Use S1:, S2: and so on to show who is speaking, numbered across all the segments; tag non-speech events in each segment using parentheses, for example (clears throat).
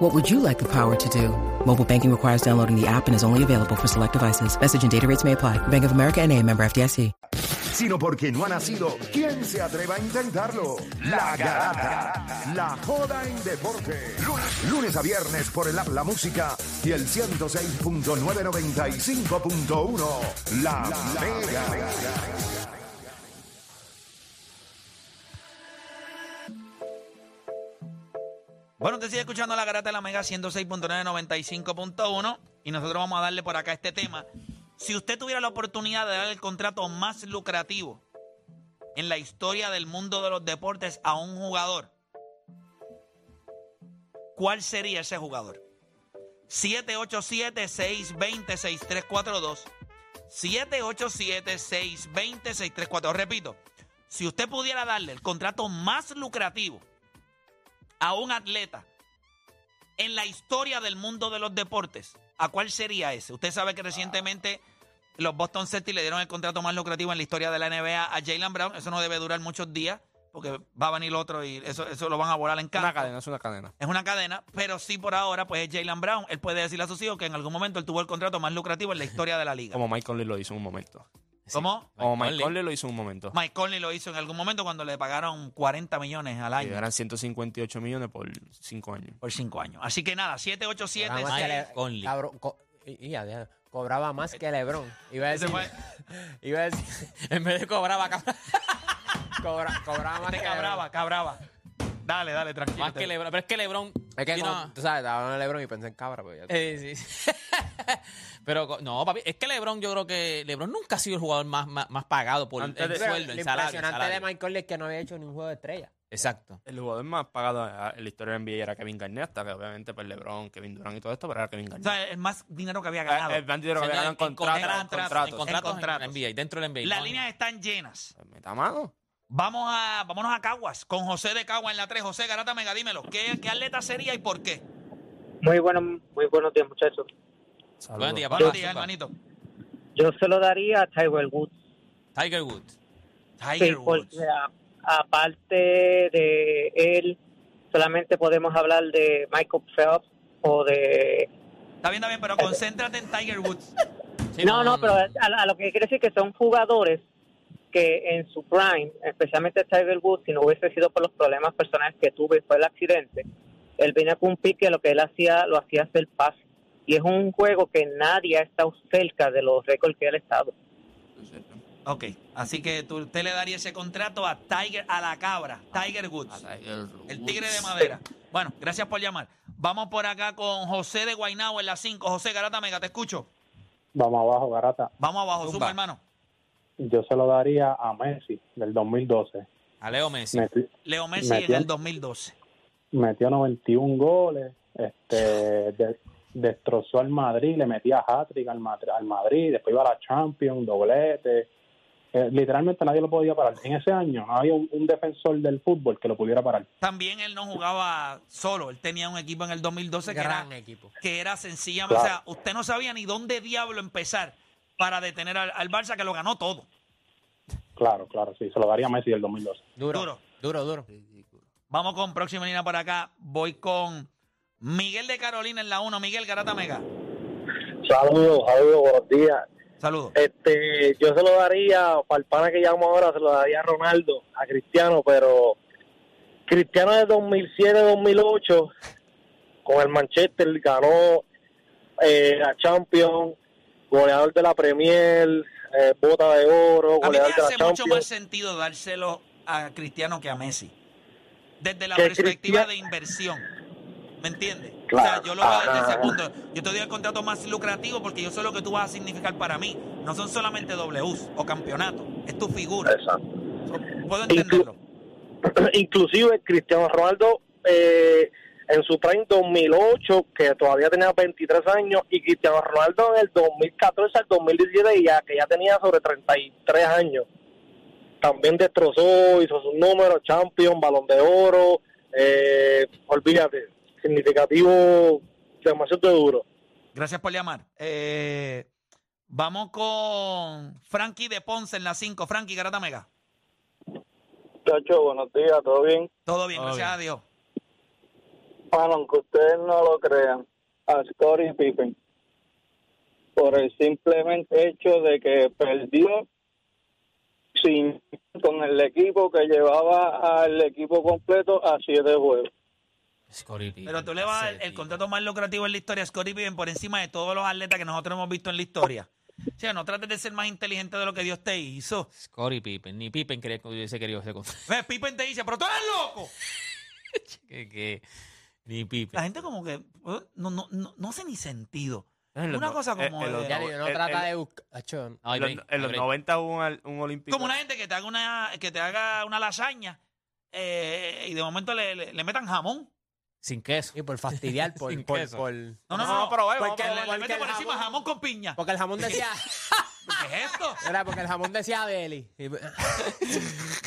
S1: What would you like the power to do? Mobile banking requires downloading the app and is only available for select devices. Message and data rates may apply. Bank of America and a member FDIC.
S2: sino porque no ha nacido quien se atreva a intentarlo. La garata, la joda en deporte. Lunes, lunes a viernes por el app La Música y el 106.995.1. La, Mega.
S3: Bueno, usted sigue escuchando la garata de la Mega 106.995.1 y nosotros vamos a darle por acá este tema. Si usted tuviera la oportunidad de dar el contrato más lucrativo en la historia del mundo de los deportes a un jugador, ¿cuál sería ese jugador? 787-620-6342. 787-620-6342. Repito, si usted pudiera darle el contrato más lucrativo a un atleta en la historia del mundo de los deportes, ¿a cuál sería ese? Usted sabe que recientemente los Boston Celtics le dieron el contrato más lucrativo en la historia de la NBA a Jalen Brown. Eso no debe durar muchos días porque va a venir otro y eso, eso lo van a volar en
S4: Una
S3: cara.
S4: cadena, es una cadena.
S3: Es una cadena, pero sí por ahora pues es Jalen Brown. Él puede decirle a sus hijos que en algún momento él tuvo el contrato más lucrativo en la historia de la
S4: (laughs)
S3: liga.
S4: Como Mike Conley lo hizo en un momento.
S3: ¿Cómo?
S4: Como Mike Conley lo hizo en un momento.
S3: Mike Conley lo hizo en algún momento cuando le pagaron 40 millones al
S4: Que
S3: año
S4: eran 158 millones por 5 años.
S3: por 5 años. Así que nada, 787
S5: Nada más que
S6: Mike
S5: Le-
S6: Conley.
S5: cabrón, co- y- y ya, deja, cobraba más que LeBron. Iba a
S3: Ese
S5: decir,
S3: fue-
S5: iba a decir,
S6: (laughs) En vez de cobrar vaca
S5: cobra- cobraba más que
S3: Te Este cabraba, cabraba. Dale, dale, tranquilo.
S6: Más que Lebron. Pero es que Lebron.
S5: LeBron. Es que
S6: vino
S5: como-
S6: a-
S5: tú sabes, estaba en LeBron y pensé en cabra, pero ya-
S6: Eh, sí. (laughs) Pero co- no, papi, es que Lebron, yo creo que Lebron nunca ha sido el jugador más, más, más pagado por el,
S4: Antes de-
S6: el sueldo,
S5: lo
S6: el salario. el
S5: impresionante de
S6: salario.
S5: Mike Conley es que no había hecho ni un juego de estrella.
S6: Exacto.
S4: El jugador más pagado en la historia de NBA era Kevin Garnett, hasta que obviamente pues LeBron, Kevin Durant y todo esto, pero era Kevin
S3: O
S4: Garnett. Eh,
S3: sea, el más dinero que había
S4: Ah,
S3: ganado.
S4: el bandido que
S6: O sea,
S4: había ganado en contrato,
S6: en
S4: en contrato.
S6: en contratos,
S3: En contratos.
S6: en NBA, dentro del NBA.
S3: Las
S6: no,
S3: líneas están llenas.
S4: Pues, Meta mano.
S3: Vamos a, vámonos a Caguas con José de Caguas en la 3. José Garata Mega, dímelo. ¿qué, ¿Qué atleta sería y por qué?
S7: Muy bueno, muy buenos días, muchachos.
S6: no. Buenos días,
S3: Buenos
S6: papá.
S3: días,
S6: Zumba.
S3: hermanito.
S7: Yo se lo daría a Tiger Woods.
S6: Tiger Woods.
S3: Tiger
S7: Sí,
S3: Woods.
S7: porque a- aparte de él, solamente podemos hablar de Michael Phelps o de...
S3: Está bien, está bien, pero concéntrate en Tiger Woods.
S6: Sí,
S7: no, no, pero a, a lo que quiere decir que son jugadores que en su prime, especialmente Tiger Woods, si no hubiese sido por los problemas personales que tuvo y fue el accidente, él venía con un pique, lo que él hacía, lo hacía hacer pase. Y es un juego que nadie ha estado cerca de los récords que él ha estado.
S3: Ok, así que tú, usted le daría ese contrato a Tiger, a la cabra, Tiger Woods. El tigre de madera. Bueno, gracias por llamar. Vamos por acá con José de Guainabo en la 5. José Garata Mega, te escucho.
S8: Vamos abajo, Garata.
S3: Vamos abajo,
S6: Zumba.
S3: suma, hermano.
S8: Yo se lo daría a Messi del 2012.
S6: A Leo Messi.
S8: Meti-
S3: Leo Messi en
S8: Metió.
S3: el 2012.
S8: metió 91 goles, este, de- destrozó al Madrid, le metía hat-trick al, Ma- al Madrid, después iba a la Champions, doblete. Eh, literalmente nadie lo podía parar. En ese año no había un, un defensor del fútbol que lo pudiera parar.
S3: También él no jugaba solo. Él tenía un equipo en el 2012 que era,
S5: Gran equipo.
S3: que era sencillamente. O sea,
S8: Claro.
S3: usted no sabía ni dónde diablo empezar para detener al, al Barça, que lo ganó todo.
S8: Claro, claro, sí, se lo daría a Messi del 2012.
S5: Duro,
S3: Duro.
S5: duro, duro.
S3: Vamos con próxima línea por acá. Voy con Miguel de Carolina en la 1. Miguel Garata Mega.
S9: Saludos, saludos, buenos días.
S3: Saludos.
S9: Este, yo se lo daría, para el pana que llamo ahora, se lo daría a Ronaldo, a Cristiano, pero Cristiano de 2007-2008, con el Manchester, ganó eh, la Champions, goleador de la Premier, eh, bota de oro,
S3: A mí me
S9: goleador de la
S3: hace mucho más
S9: Champions.
S3: sentido dárselo a Cristiano que a Messi. Desde la
S9: Que
S3: perspectiva
S9: Cristiano-
S3: de inversión. ¿Me entiendes?
S9: Claro. Ah.
S3: O sea, yo lo veo desde ese
S9: Ajá.
S3: punto. Yo te doy el contrato más lucrativo porque yo sé lo que tú vas a significar para mí. No son solamente Ws o campeonatos. Es tu figura.
S9: Exacto.
S3: Puedo entenderlo.
S9: (clears throat) inclusive Cristiano Ronaldo eh, en su prime 2008, que todavía tenía 23 años, y Cristiano Ronaldo en el 2014 al 2017, ya, que ya tenía sobre 33 años. También destrozó, hizo sus números, champion, balón de oro, eh, olvídate, significativo, demasiado duro.
S3: Gracias por llamar. Eh, vamos con Frankie de Ponce en la 5. Frankie, Garata Mega.
S9: Chacho, buenos días, ¿todo bien?
S3: Todo bien, gracias
S4: Todo bien.
S3: a Dios.
S9: Bueno, aunque ustedes no lo crean, a Scottie Pippen, por el simplemente hecho de que perdió sin con el equipo que llevaba al equipo completo a siete juegos.
S6: Scottie Pippen,
S3: Pero tú le vas a dar
S6: ese
S3: el
S6: tipo.
S3: contrato más lucrativo en la historia a Scottie Pippen por encima de todos los atletas que nosotros hemos visto en la historia. O sea, no trates de ser más inteligente de lo que Dios te hizo.
S6: Scottie Pippen. Ni Pippen quería que hubiese querido ese contrato. (laughs)
S3: Ve, Pippen te dice, pero tú eres loco.
S6: Que- que- Ni
S3: La
S6: Pippen.
S3: gente como que eh, no, no, no, no hace ni sentido.
S4: Es en los
S3: Una
S4: no-
S3: cosa
S4: eh,
S3: como
S4: en
S3: de-
S4: los
S5: Ya,
S4: no-
S5: yo no
S4: en-
S5: trata
S4: en-
S5: de buscar. Acho,
S6: No, hay
S4: los-
S6: break,
S4: En
S6: hay
S4: los
S6: break.
S4: 90 hubo un, al- un olímpico.
S3: Como una gente que te haga una, que te haga una lasaña eh, y de momento le, le- le metan jamón.
S6: Sin queso.
S5: y por
S6: (laughs)
S5: fastidiar, por.
S6: Sin
S5: por,
S6: queso.
S5: por-
S3: No, no,
S4: No,
S3: no,
S4: pero bueno,
S3: porque
S4: vamos,
S3: le, le
S5: porque
S3: meten
S5: el
S3: por encima
S5: jamón-
S3: jamón con piña.
S5: Porque el jamón
S6: (laughs)
S5: decía.
S3: ¿Qué es esto?
S5: Era porque el jamón decía Deli.
S6: (laughs)
S5: Y- pues,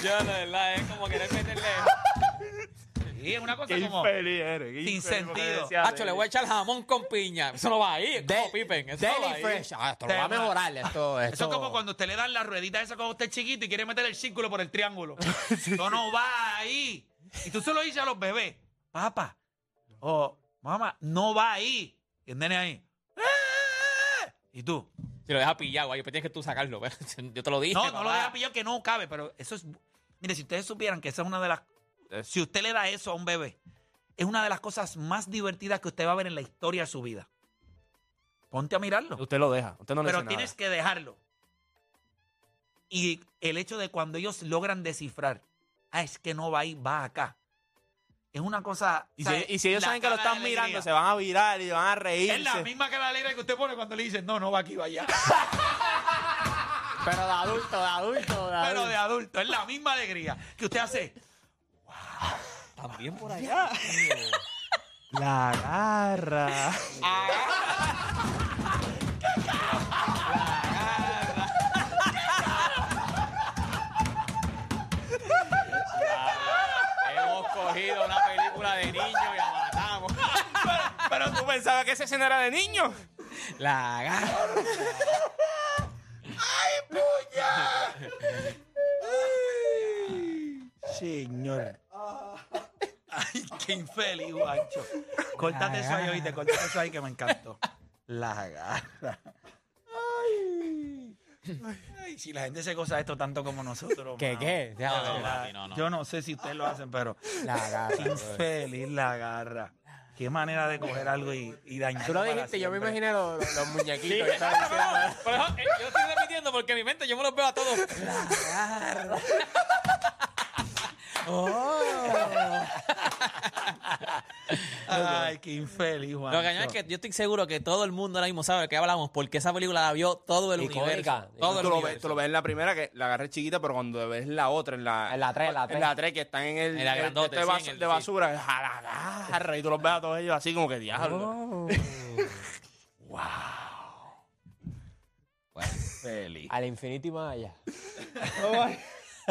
S6: Yo, la verdad, es como querer meterle.
S5: (laughs)
S3: Sí, es una cosa
S4: Qué
S3: como...
S4: infeliz eres. qué
S3: Sin
S4: infeliz,
S3: sentido.
S4: porque decía,
S6: Hacho, le voy a echar jamón con piña. Eso no va ahí. Es
S5: De-
S6: como Pippen. Eso no va
S5: Deli
S6: ahí.
S5: Fresh. Ah, esto lo va a
S3: Tema.
S5: mejorar.
S6: (laughs)
S5: Esto, esto...
S3: Eso es como cuando usted le dan la ruedita esa cuando usted es chiquito y quiere meter el círculo por el (laughs) triángulo. Eso no va ahí. Y tú se lo dices a los bebés. Papá o mamá, no va ahí. Y el nene ahí. "Ah". Y tú.
S6: Si lo dejas pillado ahí, pues (laughs) tienes que tú sacarlo. pero Yo te lo dije.
S3: No, no lo
S6: papá.
S3: deja pillado que no cabe, pero eso es... Mire, si ustedes supieran que esa es una de las... Si usted le da eso a un bebé, es una de las cosas más divertidas que usted va a ver en la historia de su vida. Ponte a mirarlo.
S4: Usted lo deja. Usted no le
S3: pero
S4: dice
S3: tienes
S4: nada.
S3: que dejarlo. Y el hecho de cuando ellos logran descifrar, ah, es que no va ahí, va acá. Es una cosa.
S4: Y
S3: ¿sabes?
S4: si, y si ellos
S3: La
S4: saben que lo
S3: cara
S4: están
S3: de alegría.
S4: mirando, se van a virar y van a reírse.
S3: Es la misma cara de alegría que usted pone cuando le dicen, no, no va aquí, va
S4: (laughs)
S3: allá.
S5: Pero de adulto, de adulto, de
S3: Pero
S5: adulto.
S3: de adulto, es la misma alegría que usted hace.
S6: También por allá.
S4: La garra.
S6: Hemos cogido una película de niños y la matamos.
S4: (laughs) Pero tú pensabas que esa escena era de niño.
S6: La agarra.
S3: Señor. (laughs) Ay, qué infeliz, guancho. Córtate eso ahí, oíste, córtate eso ahí que me encantó. La garra. Ay, si la gente se goza de esto tanto como nosotros.
S5: ¿Qué,
S3: mano.
S5: qué? Ya,
S3: De
S6: No,
S3: verdad.
S6: papi, no, no.
S3: Yo no sé si ustedes lo hacen, pero
S5: La pues. garra,
S3: qué
S5: bro.
S3: infeliz la garra. Qué manera de coger algo y, y dañarlo.
S5: Tú lo
S3: para
S5: dijiste, yo me
S3: siempre.
S5: imaginé los, los- los muñequitos.
S6: Sí,
S5: que estaban
S3: (laughs)
S5: diciendo,
S6: Por eso, eh, yo estoy repitiendo porque en mi mente yo me los veo a todos.
S3: Ay, qué infeliz, Juan.
S6: Lo que es que yo estoy seguro que todo el mundo ahora mismo sabe de qué hablamos porque esa película la vio todo el
S5: Icónica.
S6: universo. Todo
S4: Tú
S6: el
S4: lo, ves,
S6: universo.
S4: tú lo ves en la primera, que la agarré chiquita, pero cuando ves la otra, en la...
S5: En la tres, en la tres.
S4: En la 3, que están en el...
S6: En la
S4: el-
S6: grandote,
S4: este de,
S6: sí, en
S4: basu-
S6: el-
S4: de
S6: sí.
S4: basura. A la garra. Y tú los ves a todos ellos así como que diablo.
S3: Feliz.
S5: Al infinito y más allá.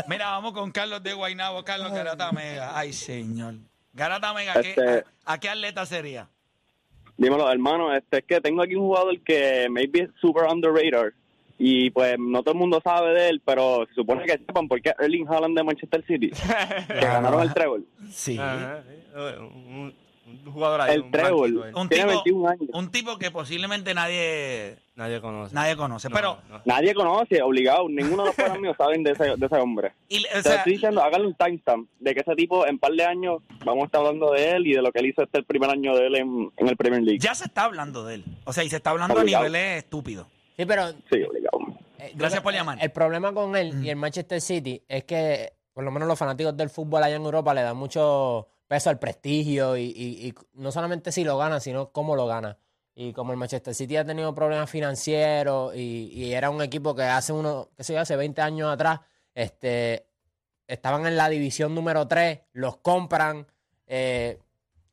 S3: Mira, vamos con Carlos de Guaynabo. Carlos Garata Mega. Ay, señor. Garata Mega, ¿qué-
S9: Este-
S3: a, a qué atleta sería?
S9: Dímelo, hermano, este es que tengo aquí un jugador que maybe es super underrated y pues no todo el mundo sabe de él, pero se supone que sepan porque es Erling Haaland de Manchester City,
S4: (laughs)
S9: que ganaron el trébol.
S3: Sí.
S4: Ajá, sí. Un, un- un jugador ahí.
S9: El
S4: un
S9: trébol.
S4: blanquito él.
S3: Un
S9: Tiene
S3: tipo,
S9: 21 años.
S3: un tipo que posiblemente nadie,
S4: Nadie conoce.
S3: nadie conoce.
S4: No,
S3: pero,
S4: no.
S9: Nadie conoce, obligado, ninguno de los panas míos saben de ese, de ese hombre.
S3: y- o
S9: Te
S3: sea,
S9: estoy diciendo, háganle un timestamp de que ese tipo en par de años vamos a estar hablando de él y de lo que él hizo este el primer año de él en, en el Premier League.
S3: ya se está hablando de él. O sea, y se está hablando
S9: Obligado.
S3: a niveles estúpidos.
S5: Sí, pero
S9: Sí, obligado.
S5: Eh, yo
S3: Gracias
S5: creo-
S3: por llamar.
S5: El problema con él y el Manchester City es que, por lo menos los fanáticos del fútbol allá en Europa le dan mucho peso al prestigio y, y- y no solamente si lo gana, sino cómo lo gana. Y como el Manchester City ha tenido problemas financieros y, y era un equipo que hace uno, qué sé yo, hace 20 años atrás, este, estaban en la división número 3, los compran. eh,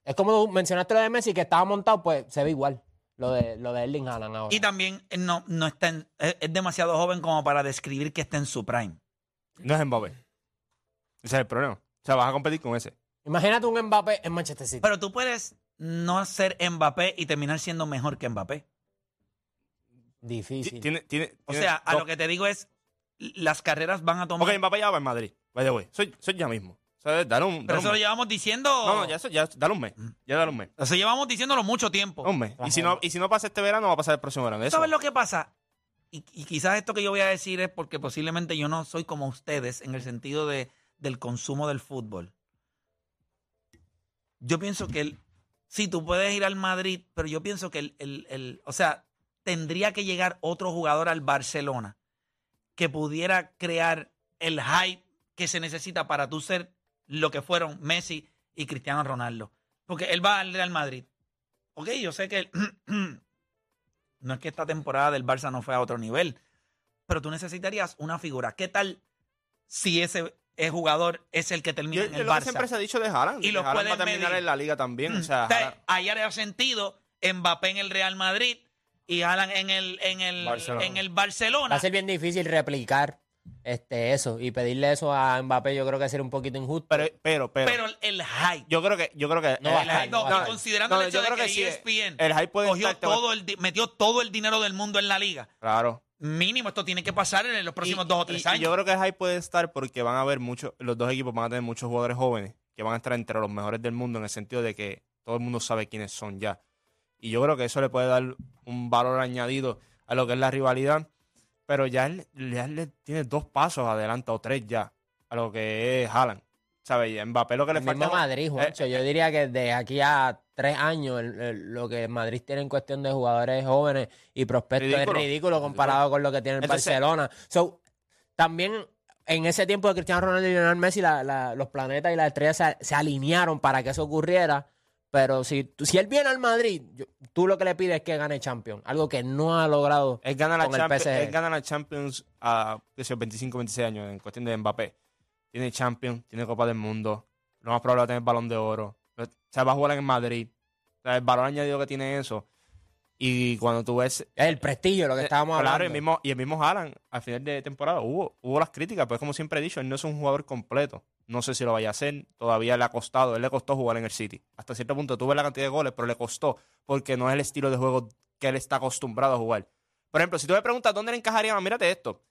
S5: Es como tú mencionaste lo de Messi, que estaba montado, pues se ve igual. Lo de, lo de Erling Haaland ahora.
S3: Y también eh, no, no está en- es, es demasiado joven como para describir que está en su prime.
S4: No es Mbappé. Ese es el problema. O sea, vas a competir con ese.
S5: Imagínate un Mbappé en Manchester City.
S3: Pero tú puedes no ser Mbappé y terminar siendo mejor que Mbappé.
S4: Ti-
S5: Difícil.
S4: Tiene, tiene,
S3: O
S4: tiene
S3: sea, a
S4: dos-
S3: lo que te digo es, las carreras van a tomar...
S4: Ok, Mbappé ya va en Madrid. By the way. Soy, soy ya mismo. O sea, dale un.
S3: pero
S4: dale un
S3: eso lo
S4: mes.
S3: llevamos diciendo...
S4: No, no, ya, eso, ya, dale un mes. Ya dale un mes.
S3: Eso llevamos diciéndolo mucho tiempo.
S4: Un mes. Y si, no, y si no pasa este verano, va a pasar el próximo verano. Eso.
S3: ¿Sabes lo que pasa? Y, y quizás esto que yo voy a decir es porque posiblemente yo no soy como ustedes en el sentido de, del consumo del fútbol. Yo pienso que el, sí, tú puedes ir al Madrid, pero yo pienso que el, el- el- o sea, tendría que llegar otro jugador al Barcelona que pudiera crear el hype que se necesita para tú ser lo que fueron Messi y Cristiano Ronaldo. Porque él va al Real Madrid. Ok, yo sé que él- (clears throat) no es que esta temporada del Barça no fue a otro nivel, pero tú necesitarías una figura. ¿Qué tal si ese eh, jugador es el que
S4: Yo-
S3: termina en
S4: yo
S3: el
S4: lo que
S3: Barça? Mm.
S4: siempre se ha dicho de Haaland.
S3: Y
S4: que
S3: los
S4: Haaland va a
S3: pueden
S4: terminar
S3: medir.
S4: en la liga también. O sea,
S3: Entonces,
S4: Haaland-
S3: ahí haría sentido Mbappé en el Real Madrid y Haaland en el, en el,
S4: Barcelona.
S3: En el Barcelona.
S5: Va a ser bien difícil replicar este eso. Y pedirle eso a Mbappé, yo creo que sería un poquito injusto.
S4: pero, eh, pero, pero,
S3: pero el hype.
S4: Yo creo que. Yo creo que
S5: No
S4: el
S5: va a
S3: el
S5: estar,
S3: hype,
S4: hype-
S5: no
S3: no,
S5: va a
S3: y
S5: estar.
S3: considerando
S4: no,
S3: el hecho
S4: yo
S3: de
S4: creo
S3: que, E
S4: que sí, Eh,
S3: ESPN
S4: el hype puede
S3: cogió
S4: estar-
S3: todo el, di- metió todo el dinero del mundo en la liga,
S4: Claro.
S3: mínimo esto tiene que pasar en los próximos
S4: Y-
S3: dos o
S4: y-
S3: tres
S4: y
S3: años.
S4: yo creo que el hype puede estar porque van a haber muchos, los dos equipos van a tener muchos jugadores jóvenes que van a estar entre los mejores del mundo en el sentido de que todo el mundo sabe quiénes son ya. Y yo creo que eso le puede dar un valor añadido a lo que es la rivalidad. Pero ya él, ya él le tiene dos pasos adelante o tres ya a lo que es Haaland. ¿Sabes? Y a Mbappé lo que le
S5: El
S4: falta. eh,
S5: mismo Madrid, Juancho. yo diría que de aquí a tres años el- el- lo que Madrid tiene en cuestión de jugadores jóvenes y prospectos
S4: Ridículo.
S5: es ridículo comparado con lo que tiene el
S4: Entonces-
S5: Barcelona. So, también en ese tiempo de Cristiano Ronaldo y Lionel Messi, la- la- los planetas y las estrellas se, se alinearon para que eso ocurriera. Pero si, tú- si él viene al Madrid, yo- tú lo que le pides es que gane Champions, algo que no ha logrado.
S4: Él gana, la
S5: con el
S4: Champions,
S5: PSG.
S4: él gana la Champions a qué sé yo, 25, 26 años en cuestión de Mbappé. Tiene Champions, tiene Copa del Mundo. Lo más probable va a tener Balón de Oro. O sea, va a jugar en Madrid. O sea, el valor añadido que tiene eso. Y cuando tú ves...
S5: Es el prestigio, lo que estábamos
S4: Claro,
S5: hablando.
S4: y el mismo, y el mismo Haaland, al final de temporada, hubo, hubo las críticas, pues como siempre he dicho, él no es un jugador completo. No sé si lo vaya a hacer, todavía le ha costado, él le costó jugar en el City. Hasta cierto punto tuve la cantidad de goles, pero le costó, porque no es el estilo de juego que él está acostumbrado a jugar. Por ejemplo, si tú me preguntas dónde le encajaría, más, mírate esto,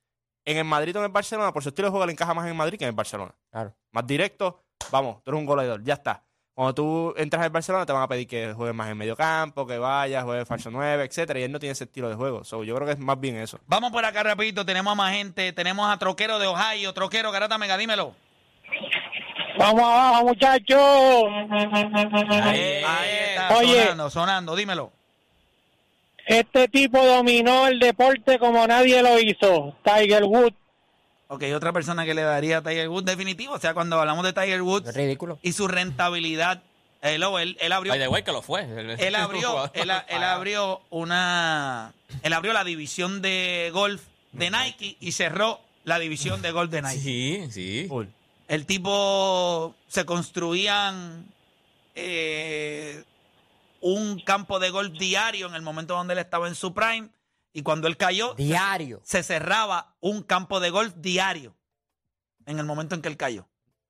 S4: en el Madrid o en el Barcelona, por su estilo de juego le encaja más en el Madrid que en el Barcelona.
S5: Claro.
S4: Más directo, vamos, tú eres un goleador, ya está. Cuando tú entras al Barcelona te van a pedir que juegues más en medio campo, que vayas, juegues falso 9, etcétera, y él no tiene ese estilo de juego. So, yo creo que es más bien eso.
S3: Vamos por acá rapidito, tenemos a más gente, tenemos a Troquero de Ohio, Troquero, Garata Mega, dímelo.
S9: Vamos abajo, muchachos.
S3: Ahí, ahí está,
S9: Oye.
S3: sonando, sonando, dímelo.
S9: Este tipo dominó el deporte como nadie lo hizo. Tiger Woods.
S3: Ok, otra persona que le daría a Tiger Woods definitivo, o sea, cuando hablamos de Tiger Woods
S5: Es ridículo.
S3: y su rentabilidad, hello, él, él abrió,
S6: By the way, que lo fue. Él
S3: él (laughs) abrió, él, a- él abrió una, él abrió la división de golf de Nike y cerró la división de golf de Nike.
S6: Sí, sí.
S4: Cool.
S3: El tipo se construían eh, un campo de golf diario en el momento donde él estaba en su prime y cuando él cayó
S5: Diario.
S3: se cerraba un campo de golf diario en el momento en que él cayó.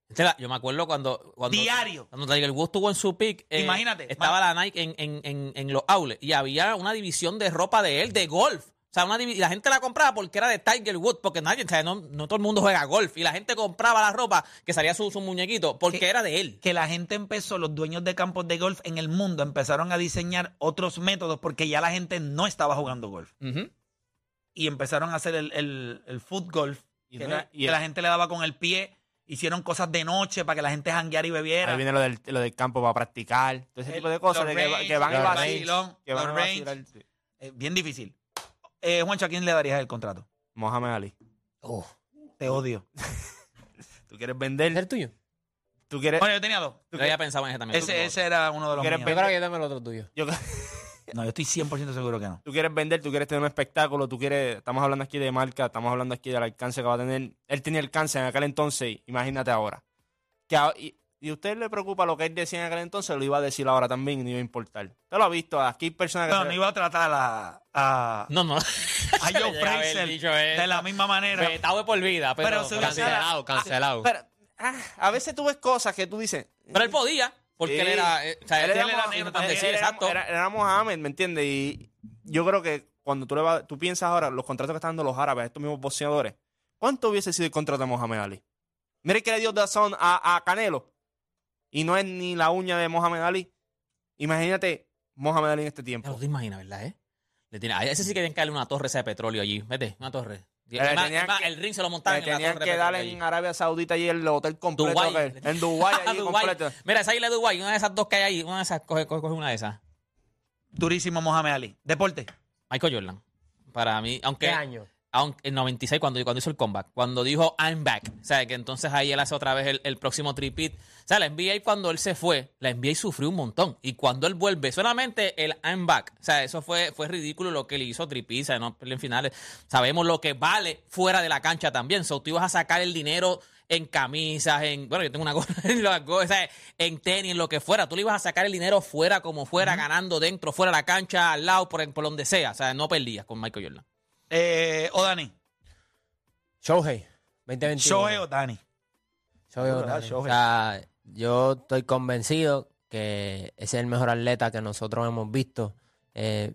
S6: Estela, Este, yo me acuerdo cuando. cuando
S3: Diario.
S6: Cuando Tiger Woods estuvo en su pick.
S3: Imagínate,
S6: Estaba la Nike en, en, en, en los outlets y había una división de ropa de él, de golf. O sea, una divi- y la gente la compraba porque era de Tiger Woods, porque nadie, o sea, no, no todo el mundo juega golf. Y la gente compraba la ropa que salía su, su muñequito porque
S3: Que-
S6: era de él.
S3: Que la gente empezó, los dueños de campos de golf en el mundo empezaron a diseñar otros métodos porque ya la gente no estaba jugando golf.
S6: Ujú.
S3: y empezaron a hacer el, el, el foot golf,
S4: Y
S3: que,
S4: no-
S3: era-
S4: y
S3: que
S4: el-
S3: la gente le daba con el pie, hicieron cosas de noche para que la gente jangueara y bebiera.
S4: Ahí viene lo del, lo del campo para practicar, todo ese
S3: El-
S4: tipo de cosas
S3: los
S4: de que, va-
S3: range,
S4: que van y
S3: los
S4: vacilan.
S3: vacilón,
S4: Que van
S3: los
S4: a vacilar. sí.
S3: Eh, bien difícil. Eh, Juancho, ¿a quién le darías el contrato?
S4: Mohamed Ali.
S5: Uf.
S3: Te odio.
S4: Tú quieres
S5: ¿Es
S4: vender,
S5: el tuyo?
S4: tú quieres...
S3: Bueno, yo tenía dos.
S4: tú
S6: Yo había
S4: quieres-
S6: pensado en ese también.
S3: Ese, ese era uno de los
S4: ¿Quieres
S5: Yo
S3: míos.
S5: creo que yo también el otro tuyo.
S4: yo-
S3: No, yo estoy 100% seguro que no.
S4: tú quieres vender, tú quieres tener un espectáculo, tú quieres, estamos hablando aquí de marca, estamos hablando aquí del alcance que va a tener. Él tenía alcance en aquel entonces, imagínate ahora. Que a- y y a usted le preocupa lo que él decía en aquel entonces, lo iba a decir ahora también y no iba a importar. Usted lo ha visto, aquí hay personas que...
S3: No,
S4: se-
S3: no iba a tratar a,
S6: (laughs)
S3: a,
S6: No, no. (laughs)
S3: a Joe
S6: Llega a haber
S3: Fraser
S6: dicho eso.
S3: de la misma manera.
S6: Vetado de por vida, pero,
S3: Pero se hubiese-
S5: Cancelado, cancelado.
S4: Pero, ah, a veces tú ves cosas que tú dices...
S6: pero él podía, porque
S4: Sí.
S6: él era. eh, o sea, él, era,
S4: Mo-
S6: negro también,
S4: él
S6: sí,
S4: era-
S6: exacto.
S4: Era, era Mohamed, ¿me entiendes? Y yo creo que cuando tú, le vas- tú piensas ahora los contratos que están dando los árabes, estos mismos boxeadores, ¿cuánto hubiese sido el contrato de Mohamed Ali? Mire que le dio Dazón a, a Canelo y no es ni la uña de Mohamed Ali. Imagínate Mohamed Ali en este
S6: Ya, No
S4: tiempo.
S6: te imaginas, ¿verdad? Eh? Le tiene, a ese sí que tienen que darle una torre esa de petróleo allí. Vete, una torre.
S4: Le
S6: Es más-
S4: tenían
S6: es más,
S4: que-
S6: el ring se lo montaban
S4: Le
S6: en la
S4: tenían
S6: torre.
S4: que
S6: de
S4: dar
S6: petróleo
S4: en
S6: allí.
S4: Arabia Saudita y el hotel completo.
S6: Dubái.
S4: que- en
S6: (laughs)
S4: Dubái,
S6: A
S4: allí
S6: Dubái.
S4: completo.
S6: Mira, esa isla de Dubái, una de esas dos que hay ahí, una de esas, coge, coge, coge una de esas.
S3: Durísimo Mohamed Ali. Deporte.
S6: Michael Jordan. Para mí, aunque.
S5: ¿Qué año?
S6: aunque en 96 cuando, cuando hizo el comeback, cuando dijo I'm back, o sea, que entonces ahí él hace otra vez el, el próximo tripit. O sea, la NBA cuando él se fue, la NBA sufrió un montón y cuando él vuelve, solamente el I'm back, o sea, eso fue fue ridículo lo que le hizo tripit, o sea, no en finales. Sabemos lo que vale fuera de la cancha también, so tú ibas a sacar el dinero en camisas, en bueno, yo tengo una (laughs) gorra, en, las go- o sea, en tenis, en lo que fuera, tú le ibas a sacar el dinero fuera como fuera, ganando dentro, fuera de la cancha, al lado, por, por donde sea, o sea, no perdías con Michael Jordan.
S3: Eh, o Dani.
S5: Shohei, 2021.
S3: Shohei o Dani.
S5: Shohei
S4: ¿Verdad?
S5: Ohtani.
S4: Shohei.
S5: O sea, yo estoy convencido que ese es el mejor atleta que nosotros hemos visto. Eh,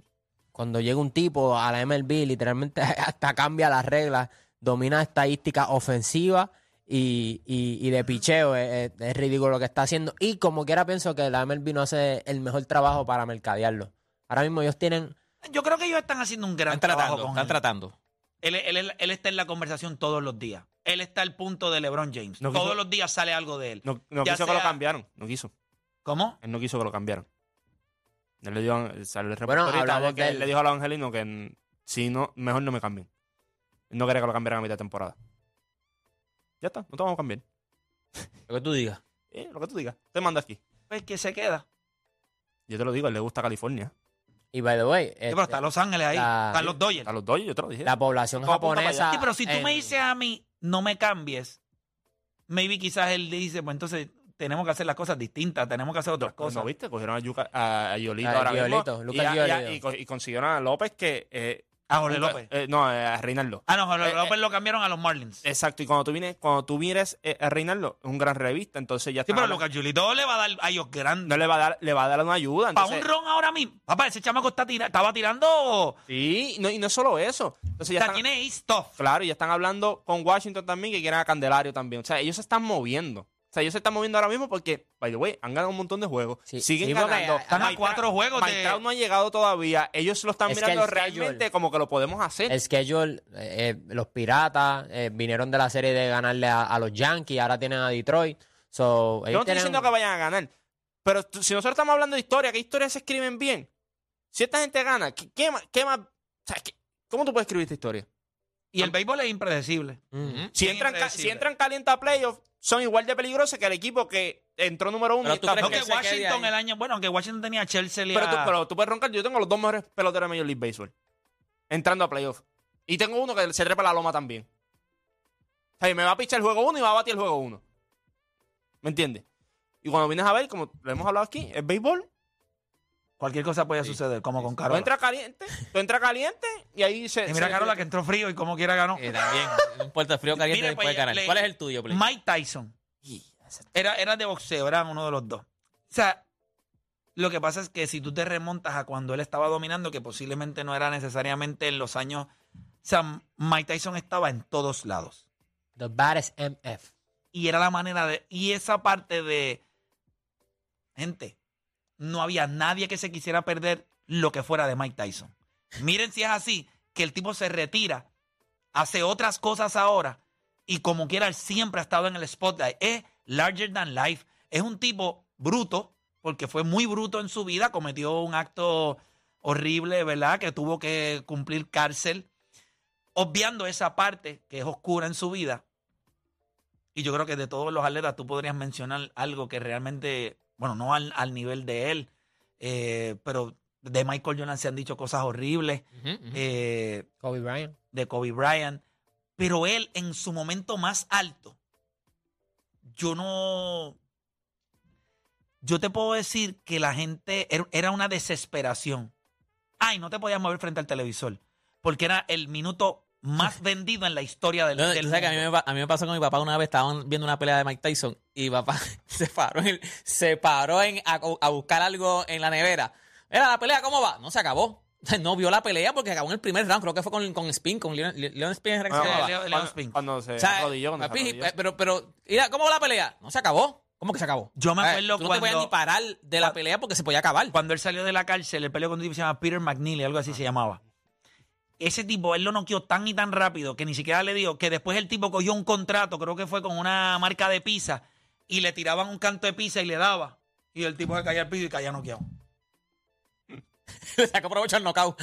S5: cuando llega un tipo a la MLB, literalmente (laughs) hasta cambia las reglas, domina estadísticas ofensivas y, y- y de picheo. Es, es- es ridículo lo que está haciendo. Y como quiera, pienso que la MLB no hace el mejor trabajo para mercadearlo. Ahora mismo ellos tienen.
S3: Yo creo que ellos están haciendo un gran
S6: Están
S3: trabajo
S6: tratando,
S3: con
S6: están
S3: él.
S6: tratando.
S3: Él, él- él- él está en la conversación todos los días. Él está al punto de LeBron James.
S4: No
S3: todos
S4: quiso-
S3: los días sale algo de él.
S4: No, no
S3: Ya
S4: quiso que lo
S3: sea-
S4: cambiaron, no quiso.
S3: ¿Cómo?
S4: Él no quiso que lo cambiaran. Él le dio, sale el
S5: Bueno,
S4: reporte ahorita de
S5: hablamos
S4: que
S5: del-
S4: él le dijo a los angelinos que mm, si no, mejor no me cambien. Él No quería que lo cambiaran a mitad de temporada. Ya está, no te vamos a cambiar.
S6: Lo que tú digas.
S4: Eh, lo que tú digas, te mando aquí.
S3: Pues que se queda.
S4: Yo te lo digo, a él le gusta California.
S5: Y by the way,
S3: Sí,
S4: Eh,
S5: este,
S3: pero está Los Ángeles ahí.
S5: la-
S3: Están los Dodgers.
S4: A los dos yo te lo dije.
S5: la población
S4: Todo apunta para
S5: japonesa.
S3: Sí, pero si tú
S5: en-
S3: me dices a mí, no me cambies, maybe quizás él dice, pues entonces tenemos que hacer las cosas distintas, tenemos que hacer otras
S4: Pues,
S3: cosas.
S4: ¿No viste? Cogieron a, Yuka- a, a Yolito
S5: A
S4: ahora
S5: Yolito,
S4: mismo.
S5: Lucas
S4: y, a- y a-
S5: Yolito.
S4: y co- y consiguieron a López que... eh,
S3: A Jorge
S4: nunca-
S3: López.
S4: eh, no, eh, a Reinaldo.
S3: Ah, no, Jorge
S4: Eh,
S3: López lo cambiaron a los Marlins. Sí,
S4: Exacto, y cuando tú vienes, cuando tú vienes eh, a Reinaldo, es un gran revista, entonces ya está.
S3: pero Lucas Giolito le va a dar a ellos grandes.
S4: no le va a dar, le va a dar una ayuda.
S3: Para
S4: entonces-
S3: un ron ahora mismo. Papá, ese chamaco está tira- estaba tirando.
S4: Sí, no, y no es solo eso. Entonces
S3: O
S4: ya
S3: sea,
S4: están,
S3: tiene ace stuff.
S4: claro, ya están hablando con Washington también que quieren a Candelario también. O sea, ellos se están moviendo. O sea, ellos se están moviendo ahora mismo porque, by the way, han ganado un montón de juegos.
S5: Sí,
S4: Siguen
S5: sí, porque
S4: ganando.
S5: hay-
S3: Están a
S4: Mike
S3: cuatro
S4: Trout-
S3: juegos
S4: Mike
S3: de-
S4: Trout no ha llegado todavía. Ellos lo están
S5: Es que
S4: mirando
S5: el schedule-
S4: realmente como que lo podemos hacer.
S5: el schedule, eh, eh, los piratas eh, vinieron de la serie de ganarle a, a los Yankees, ahora tienen a Detroit. So,
S4: Yo no
S5: ellos
S4: estoy
S5: tienen-
S4: diciendo que vayan a ganar. Pero tú- si nosotros estamos hablando de historia, ¿qué historias se escriben bien? Si esta gente gana, ¿qué, qué más? qué más- o sea, qué- ¿Cómo tú puedes escribir esta historia?
S3: Y el béisbol es impredecible.
S6: Mm.
S5: Ujú.
S4: Si
S3: Bien
S4: entran, ca-
S3: impredecible.
S4: si entran caliente a playoff, son igual de peligrosos que el equipo que entró número uno.
S6: Pero
S4: y
S6: tú
S4: está-
S6: crees
S3: No
S4: no,
S3: que
S6: él se quede
S3: Washington
S6: ahí.
S3: el año. Bueno, que Washington tenía a Chelsea. ah, y
S4: pero, tú,
S3: a-
S4: pero tú puedes roncar. Yo tengo los dos mejores peloteros de Major League Baseball entrando a playoff. Y tengo uno que se trepa a la loma también. O sea, y me va a pichar el juego uno y va a batir el juego uno. ¿Me entiendes? Y cuando vienes a ver, como lo hemos hablado aquí, es béisbol.
S3: Cualquier cosa puede suceder, como con
S4: Tú
S3: Carola.
S4: entras caliente, tú entras caliente y ahí (laughs) se.
S3: y mira,
S4: se-
S3: Carola que entró frío y como quiera ganó.
S6: Eh, también. No importa el frío caliente
S3: Mire,
S6: después
S3: pues,
S6: de ganar.
S3: le-
S6: ¿Cuál es el tuyo, Play?
S3: Mike Tyson.
S4: Y- exacto.
S3: Era, era de boxeo, eran uno de los dos. O sea, lo que pasa es que si tú te remontas a cuando él estaba dominando, que posiblemente no era necesariamente en los años. O sea, Mike Tyson estaba en todos lados.
S5: The baddest MF.
S3: Y era la manera de. Y esa parte de. Gente, no había nadie que se quisiera perder lo que fuera de Mike Tyson. Miren si es así, que el tipo se retira, hace otras cosas ahora y como quiera él siempre ha estado en el spotlight. Es larger than life. Es un tipo bruto, porque fue muy bruto en su vida, cometió un acto horrible, ¿verdad? Que tuvo que cumplir cárcel, obviando esa parte que es oscura en su vida. Y yo creo que de todos los atletas tú podrías mencionar algo que realmente, bueno, no al, al nivel de él, eh, pero de Michael Jordan se han dicho cosas horribles.
S6: Ujú, ujú.
S3: eh,
S5: Kobe Bryant.
S3: de Kobe Bryant, pero él en su momento más alto, yo no, yo te puedo decir que la gente er, era- era una desesperación. Ay, no te podías mover frente al televisor, porque era el minuto más
S6: (laughs)
S3: vendido en la historia del,
S6: No,
S3: del
S6: tú sabes que a mí,
S3: mundo.
S6: me, pa- a mí me pasó con mi papá una vez, estaban viendo una pelea de Mike Tyson y papá (laughs) se paró, en- se paró en, a, a buscar algo en la nevera. Era la pelea, ¿cómo va? No se acabó. (laughs) No vio la pelea porque acabó en el primer round, creo que fue con, con Spin, con Leon, Leon Spin.
S4: Ah,
S3: Sí,
S4: ah,
S3: Leo-
S4: cuando-
S3: Leon Spin.
S4: Cuando se
S6: o sea, eh,
S4: arrodilló, cuando se
S6: papi,
S4: arrodilló.
S6: eh, pero, pero, mira, ¿cómo va la pelea? No se acabó. ¿Cómo que se acabó?
S3: Yo me
S6: Eh,
S3: acuerdo
S6: tú no te podías
S3: cuando-
S6: ni parar de la pelea porque se podía acabar.
S3: Cuando él salió de la cárcel, el peleó con un tipo que se llama Peter McNeely, algo así se llamaba. Ese tipo, él lo noqueó tan y tan rápido que ni siquiera le dio que después el tipo cogió un contrato, creo que fue con una marca de pizza, y le tiraban un canto de pizza y le daba. Y el tipo se caía al piso y caía noqueado.
S6: (laughs) Le sacó provecho al knockout.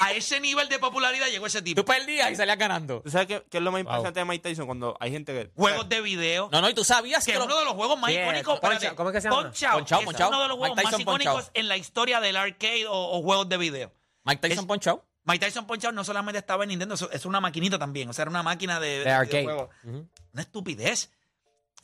S3: A ese nivel de popularidad llegó ese tipo.
S6: Tú perdías y salías ganando.
S4: ¿Tú sabes qué, qué es lo más impresionante de Mike Tyson? Cuando hay gente que...
S3: Juegos de video.
S6: No, no, y tú sabías
S3: que es
S6: que... lo-
S3: uno de los juegos más
S5: Sí,
S3: icónicos.
S5: Ponchao,
S3: espérate,
S5: ¿cómo es que se llama?
S3: Ponchao.
S6: Ponchao,
S3: Es
S6: Ponchao.
S3: uno de los juegos
S6: Mike
S3: más
S6: Tyson
S3: icónicos
S6: Ponchao.
S3: en la historia del arcade o, o juegos de video.
S6: Mike Tyson
S3: es-
S6: ponchado.
S3: Mike Tyson Ponchao no solamente estaba en Nintendo, eso- es una maquinita también. O sea, era una máquina de,
S5: De arcade.
S3: videojuegos. Una estupidez.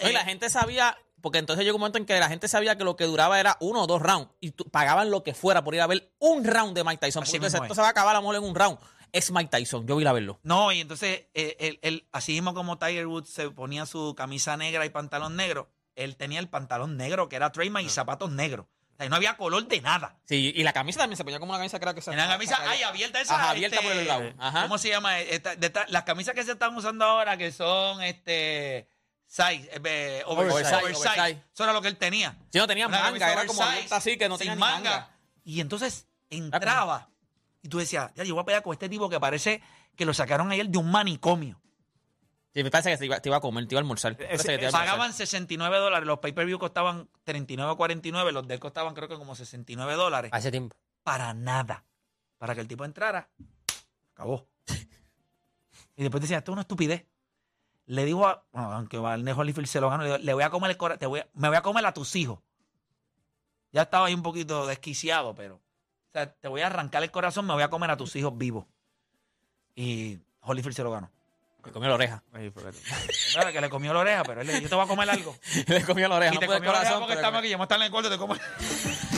S6: No, y la
S3: Eh,
S6: gente sabía, porque entonces llegó un momento en que la gente sabía que lo que duraba era uno o dos rounds y tú- pagaban lo que fuera por ir a ver un round de Mike Tyson.
S3: Así
S6: Porque entonces
S3: mismo es.
S6: esto se va a acabar a lo mejor en un round. Es Mike Tyson, yo voy a ir a verlo.
S3: No, y entonces, eh, él- él, así mismo como Tiger Woods se ponía su camisa negra y pantalón negro, él tenía el pantalón negro, que era trademark,
S6: Ah.
S3: y zapatos negros. O sea, y no había color de nada.
S6: Sí, y la camisa también se ponía como una camisa que era que se.
S3: En la camisa,
S6: se-
S3: ay, abierta esa. este,
S6: Ajá, abierta por el lado. Ajá.
S3: ¿Cómo se llama? Eh, Esta- de esta- las camisas que se están usando ahora, que son este size, eh, eh, oversize,
S6: Oversize,
S3: oversize.
S6: oversize.
S3: Eso era lo que él tenía.
S6: Sí, no tenía
S3: Una
S6: manga,
S3: camisa
S6: era como
S3: oversize,
S6: abierta así que no
S3: sin
S6: tenía ni manga.
S3: Y entonces entraba y tú decías, ya, yo voy a pelear con este tipo que parece que lo sacaron ayer de un manicomio.
S6: Sí, me parece que te iba, te iba a comer, te iba a almorzar.
S3: Eh,
S6: Parece que te iba a almorzar.
S3: (laughs) Pagaban 69 dólares, los pay-per-view costaban 39 o 49, los del costaban creo que como 69 dólares.
S5: Hace tiempo.
S3: para nada. Para que el tipo entrara, acabó.
S6: (laughs)
S3: y después decía, esto es una estupidez. Le dijo a, bueno, aunque Barney Holyfield se lo ganó, le, dijo, "Le voy a comer el cora- te voy a- me voy a comer a tus hijos. Ya estaba ahí un poquito desquiciado, pero, o sea, te voy a arrancar el corazón, me voy a comer a tus hijos vivos. Y Holyfield se lo ganó. (laughs)
S6: Le comió la oreja. (laughs)
S4: Ay, fíjate.
S3: Claro que le comió
S6: (laughs)
S3: la oreja, pero él le dijo, yo te voy a comer algo.
S6: le comió la oreja.
S3: Y
S6: no
S3: te
S6: pude el
S3: comió la oreja
S6: corazón,
S3: porque
S6: pero
S3: estamos
S6: le
S3: aquí, ya me están en el corte, te como.